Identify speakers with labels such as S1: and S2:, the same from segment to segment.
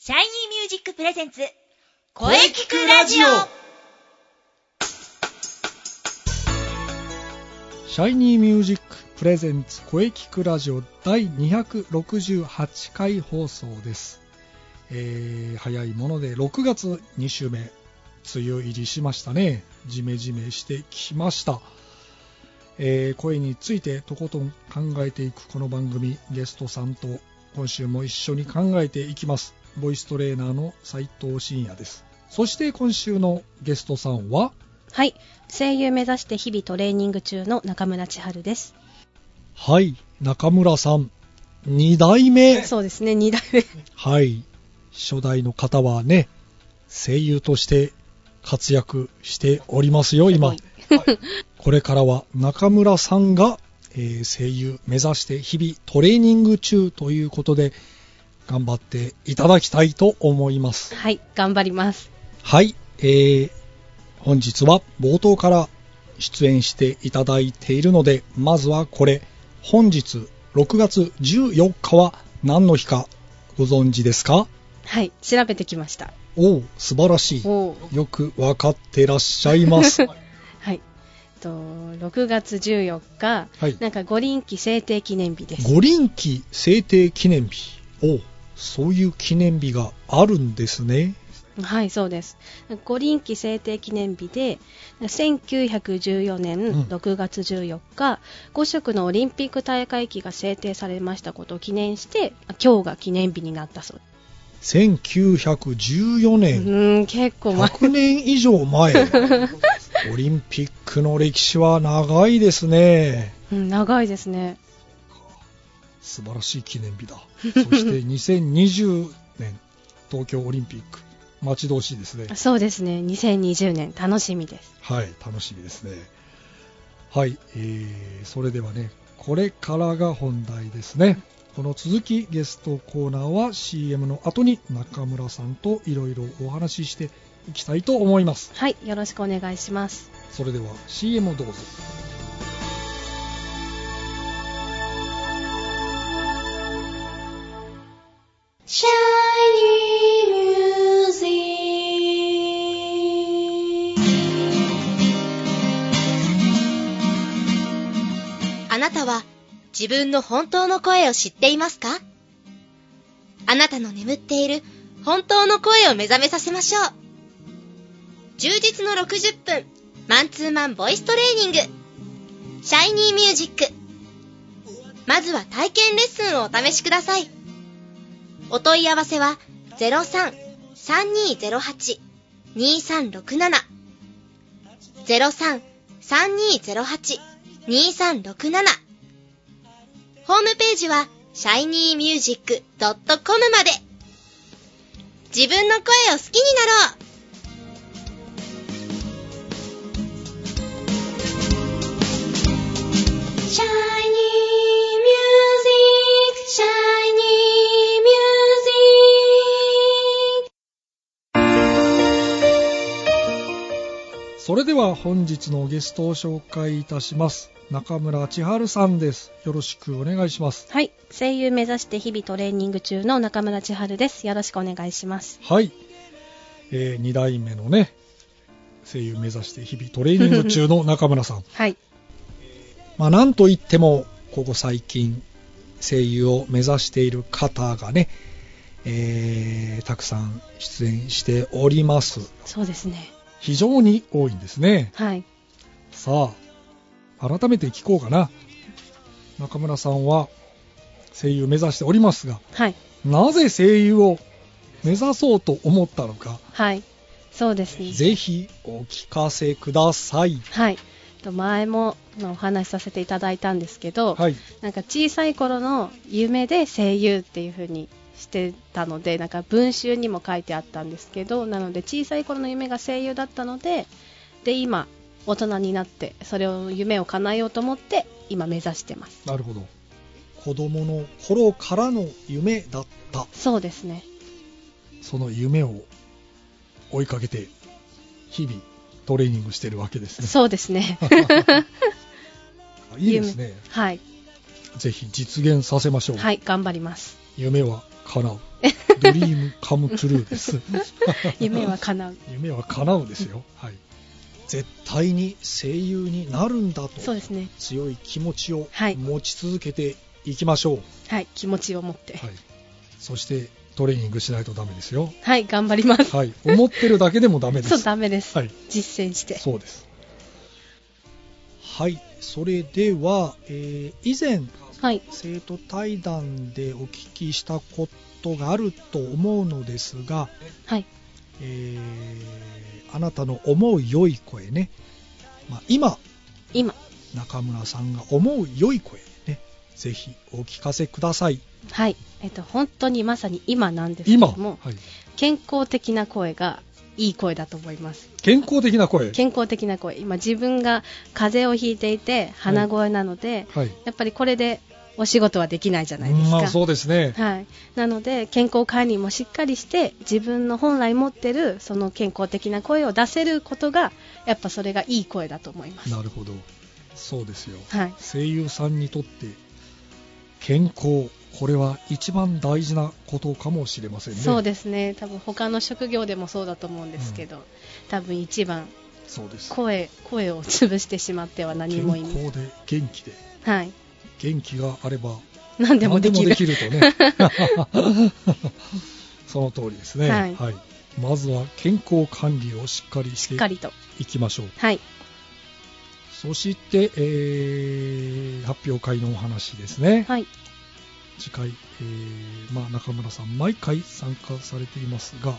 S1: シャイニーミュージックプレゼンツ、声聞くラジオ
S2: シャイニーミュージックプレゼンツ声聞くラジオ第268回放送です、えー早いもので6月2週目梅雨入りしましたねジメジメしてきました、えー声についてとことん考えていくこの番組ゲストさんと今週も一緒に考えていきますボイストレーナーの斉藤真也ですそして今週のゲストさんは
S3: はい、声優目指して日々トレーニング中の中村千春です。
S2: はい中村さん2代目
S3: そうですね、2代目。
S2: はい。初代の方はね、声優として活躍しておりますよ、今。 これからは中村さんが、えー声優目指して日々トレーニング中ということで、頑張っていただきたいと思います。
S3: はい、頑張ります。
S2: はい、えー本日は冒頭から出演していただいているので、まずはこれ、本日6月14日は何の日かご存知ですか
S3: はい、調べてきました。
S2: おお、素晴らしい。
S3: おー
S2: よくわかってらっしゃいます。
S3: はい。えっと6月14日、
S2: はい
S3: なんか五輪記制定記念日です。
S2: 五輪記制定記念日。おお、そういう記念日があるんですね。
S3: はい、そうです。五輪記制定記念日で、1914
S2: うん
S3: 年6月14日、5色のオリンピック大会旗が制定されましたことを記念して、今日が記念日になったそうです。
S2: 1914
S3: う
S2: 年、
S3: ーん、結構前。
S2: 100年以上前。オリンピックの歴史は長いですね。
S3: うん、長いですね。
S2: 素晴らしい記念日だ。そして2020年、東京オリンピック。待ち遠しいですね。
S3: そうですね。2020年楽しみです。
S2: はい、楽しみですね。はい、えーそれではね、これからが本題ですね。この続きゲストコーナーは CM の後に中村さんといろいろお話ししていきたいと思います。
S3: はい、よろしくお願いします。
S2: それでは CM をどうぞ。
S1: Shiny Music あなたは自分の本当の声を知っていますかあなたの眠っている本当の声を目覚めさせましょう充実の60分マンツーマンボイストレーニング Shiny Music まずは体験レッスンをお試しくださいお問い合わせは03-3208-2367 03-3208-2367ホームページは shinymusic.com まで自分の声を好きになろうシャイニーミュージック、シャイニーミ
S2: それでは本日のゲストを紹介いたします。中村千春さんです。よろしくお願いします。
S3: はい、声優目指して日々トレーニング中の中村千春です。よろしくお願いします。
S2: はい、え2代目のね、声優目指して日々トレーニング中の中村さん。
S3: はい、
S2: まあ、なんといってもここ最近声優を目指している方がね、えーたくさん出演しております
S3: そうですね。
S2: 非常に多いんですね
S3: はい。
S2: さあ改めて聞こうかな中村さんは声優目指しておりますが
S3: はい。
S2: なぜ声優を目指そうと思ったのか
S3: はい。そうですね。
S2: ぜひお聞かせください
S3: はい。と前もまあお話しさせていただいたんですけど、
S2: はい
S3: なんか小さい頃の夢で声優っていう風にしてたのでなんか文集にも書いてあったんですけどなので小さい頃の夢が声優だったのでで今大人になってそれを夢を叶えようと思って今目指してます
S2: なるほど子供の頃からの夢だった
S3: そうですね
S2: その夢を追いかけて日々トレーニングしてるわけですね。
S3: そうです ね
S2: いいですね。
S3: 夢はい
S2: ぜひ実現させましょう。
S3: はい頑張ります
S2: 夢は叶う。ドリームカムトゥルーです。
S3: 夢は叶う
S2: 夢は叶うですよ。はい。絶対に声優になるんだ
S3: そう
S2: と
S3: ですね
S2: 強い気持ちを
S3: はい
S2: 持ち続けていきましょう。
S3: はい気持ちを持って
S2: はい。そしてトレーニングしないとダメですよ。
S3: はい頑張ります、
S2: はい。思ってるだけでもダメです。
S3: そうダメです、
S2: はい
S3: 実践して
S2: そうです。はい、それでは、えー以前、
S3: はい
S2: 生徒対談でお聞きしたことがあると思うのですが、
S3: はい
S2: えーあなたの思う良い声ね、まあ、今、
S3: 今
S2: 中村さんが思う良い声ね、ぜひお聞かせください。
S3: はいえっと本当にまさに今なんですけ
S2: 今、
S3: ど
S2: は
S3: も
S2: い、
S3: 健康的な声がいい声だと思います
S2: 健康的な声。
S3: 健康的な声今自分が風邪をひいていて鼻声なので、
S2: はい、
S3: やっぱりこれでお仕事はできないじゃないですか、
S2: まあそうですね。
S3: はい、なので健康管理もしっかりして自分の本来持ってるその健康的な声を出せることがやっぱそれがいい声だと思います
S2: なるほど、そうですよ。
S3: はい
S2: 声優さんにとって健康これは一番大事なことかもしれませんね
S3: そうですね多分他の職業でもそうだと思うんですけど、多分一番
S2: そうです
S3: 声声を潰してしまっては何
S2: 健
S3: も意味、
S2: 康で元気で
S3: はい、
S2: 元気があれば
S3: 何でもできる
S2: 何でもできる とねその通りですね、
S3: はい
S2: まずは健康管理をしっかりし
S3: しっか
S2: て
S3: りと
S2: いきましょう
S3: はい
S2: そして、えー発表会のお話ですね、
S3: はい
S2: 次回、えーまあ、中村さん毎回参加されていますが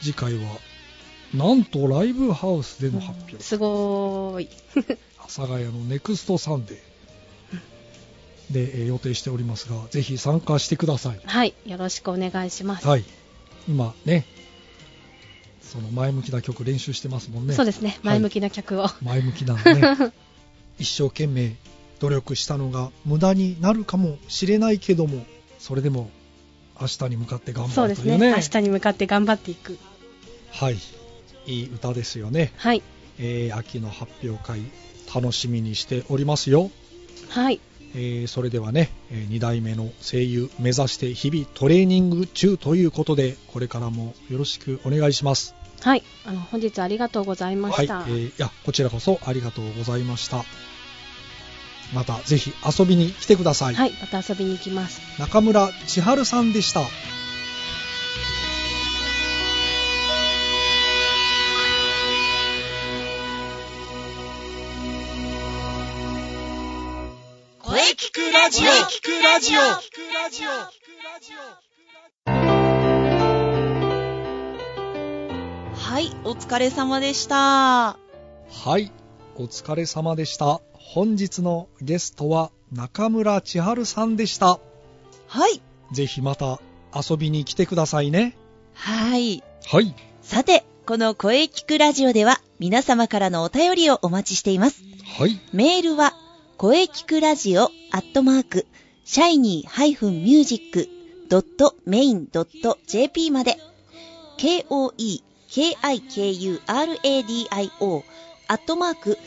S2: 次回はなんとライブハウスでの発表、
S3: すごーい
S2: 阿佐ヶ谷のネクストサンデーで、えー予定しておりますがぜひ参加してください、
S3: はいよろしくお願いします、
S2: はい、今ねその前向きな曲練習してますもんね
S3: そうですね前向きな曲を、
S2: 前向きな のね一生懸命努力したのが無駄になるかもしれないけどもそれでも明日に向かって頑
S3: そ
S2: 張
S3: う
S2: ると
S3: です
S2: いう
S3: ね
S2: ね
S3: 明日に向かって頑張っていく
S2: はいいい歌ですよね、
S3: はい
S2: えー秋の発表会楽しみにしておりますよ、
S3: はい
S2: えーそれではね、え2代目の声優目指して日々トレーニング中ということでこれからもよろしくお願いします
S3: はい、あの本日ありがとうございました。
S2: はい、えーいやこちらこそありがとうございましたまたぜひ遊びに来てください、
S3: はい、また遊びに行きます。
S2: 中村千春さんでした
S1: 声聞くラジオ
S4: はい、お疲れ様でした。
S2: はいお疲れ様でした本日のゲストは中村千春さんでした
S4: はい。
S2: ぜひまた遊びに来てくださいね
S4: はい。
S2: はい
S4: さて、この声聞くラジオでは皆様からのお便りをお待ちしています。
S2: はい
S4: メールは、声聞くラジオアットマーク、シャイニー -music.main.jp まで、k-o-e-k-i-k-u-r-a-d-i-o アットマーク、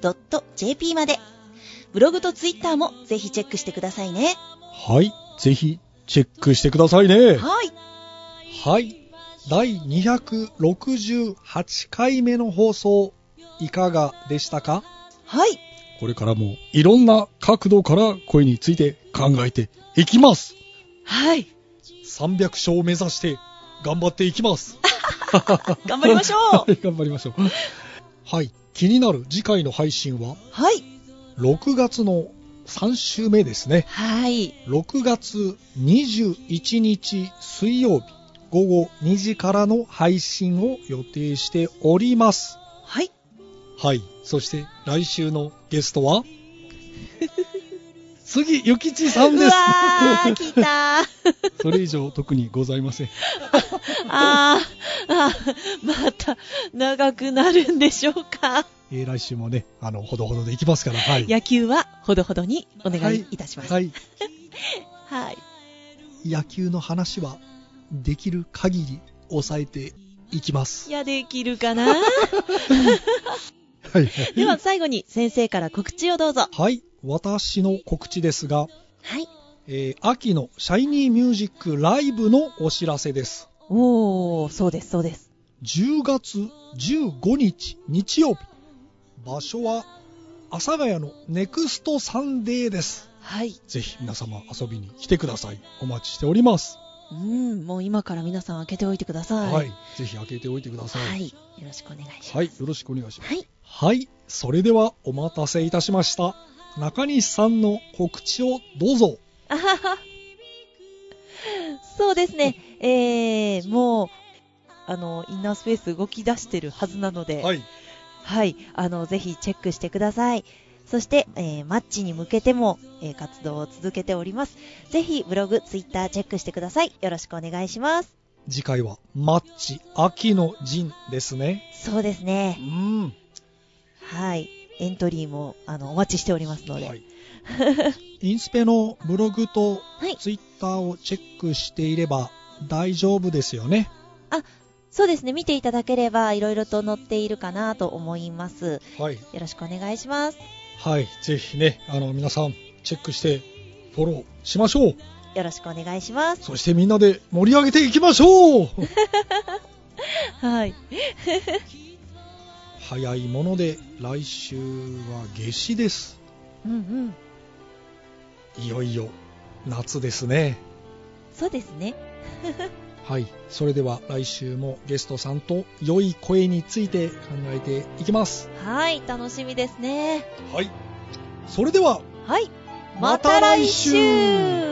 S4: shiny-music.main.jp まで、ブログとツイッターもぜひチェックしてくださいね。
S2: はいぜひチェックしてくださいね
S4: はい。
S2: はい第268回目の放送いかがでしたか
S4: はい。
S2: これからもいろんな角度から声について考えていきます。
S4: はい。
S2: 300勝を目指して頑張っていきます。
S4: 頑張りましょう
S2: はい頑張りましょう。はい。気になる次回の配信は
S4: はい。
S2: 6月の3週目ですね。
S4: はい。
S2: 6月21日水曜日午後2時からの配信を予定しております。
S4: はい。
S2: はい。そして来週のゲスト は杉ゆきちさん
S4: う
S2: で
S4: わ
S2: す。
S4: ー、来たー。
S2: それ以上特にございません。
S4: あー、あーまた長くなるんでしょうか。
S2: えー来週もね、あの、ほどほどでいきますから、はい。
S4: 野球はほどほどにお願いいたします。は。
S2: はいい。
S4: はい。
S2: 野球の話は、できる限り抑えていきます。
S4: や、できるかなは
S2: はい。
S4: では最後に先生から告知をどうぞ。
S2: はい。私の告知ですが、
S1: はい。
S2: えー秋のシャイニーミュージックライブのお知らせです。
S4: おー、そうです、そうです。
S2: 10月15日日曜日。場所は、阿佐ヶ谷のネクストサンデーです。
S4: はい。
S2: ぜひ皆様遊びに来てください。お待ちしております。
S4: うん、もう今から皆さん開けておいてくだ
S2: は
S4: さい。
S2: い。。ぜひ開けておいてください。
S4: は
S2: はい。
S4: い。よろしくお願いし ます。
S2: よろしくお願いします。
S1: はい。
S2: はい。それではお待たせいたしました。中西さんの告知をどうぞ。
S4: あははそうですね。えー、もう、あの、インナースペース動き出してるはずなので、
S2: はい。
S4: はい、あの、ぜひチェックしてください。そして、えーマッチに向けても、えー活動を続けております。ぜひ、ブログ、ツイッターチェックしてください。よろしくお願いします。
S2: 次回は、マッチ、秋の陣ですね。
S4: そうです
S2: う
S4: ね。
S2: ん。
S4: はい。エントリーも、あの、お待ちしておりますので。
S2: はい、インスペのブログと
S4: はい
S2: ツイッターをチェックしていれば大丈夫ですよね。
S4: そうですね。見ていただければ、いろいろと載っているかなと思います。
S2: はい。
S4: よろしくお願いします。
S2: はい。ぜひね、あの、皆さんチェックしてフォローしましょう。
S4: よろしくお願いします。
S2: そしてみんなで盛り上げていきまし ょう
S4: はい。
S2: 早いもので来週は夏至です。
S4: うんうん。
S2: いよいよ夏ですね。
S4: そうですね。
S2: はい。それでは来週もゲストさんと良い声について考えていきます。
S4: はい。楽しみですね。
S2: はい。それでは
S4: はい。
S2: また来週
S4: また来週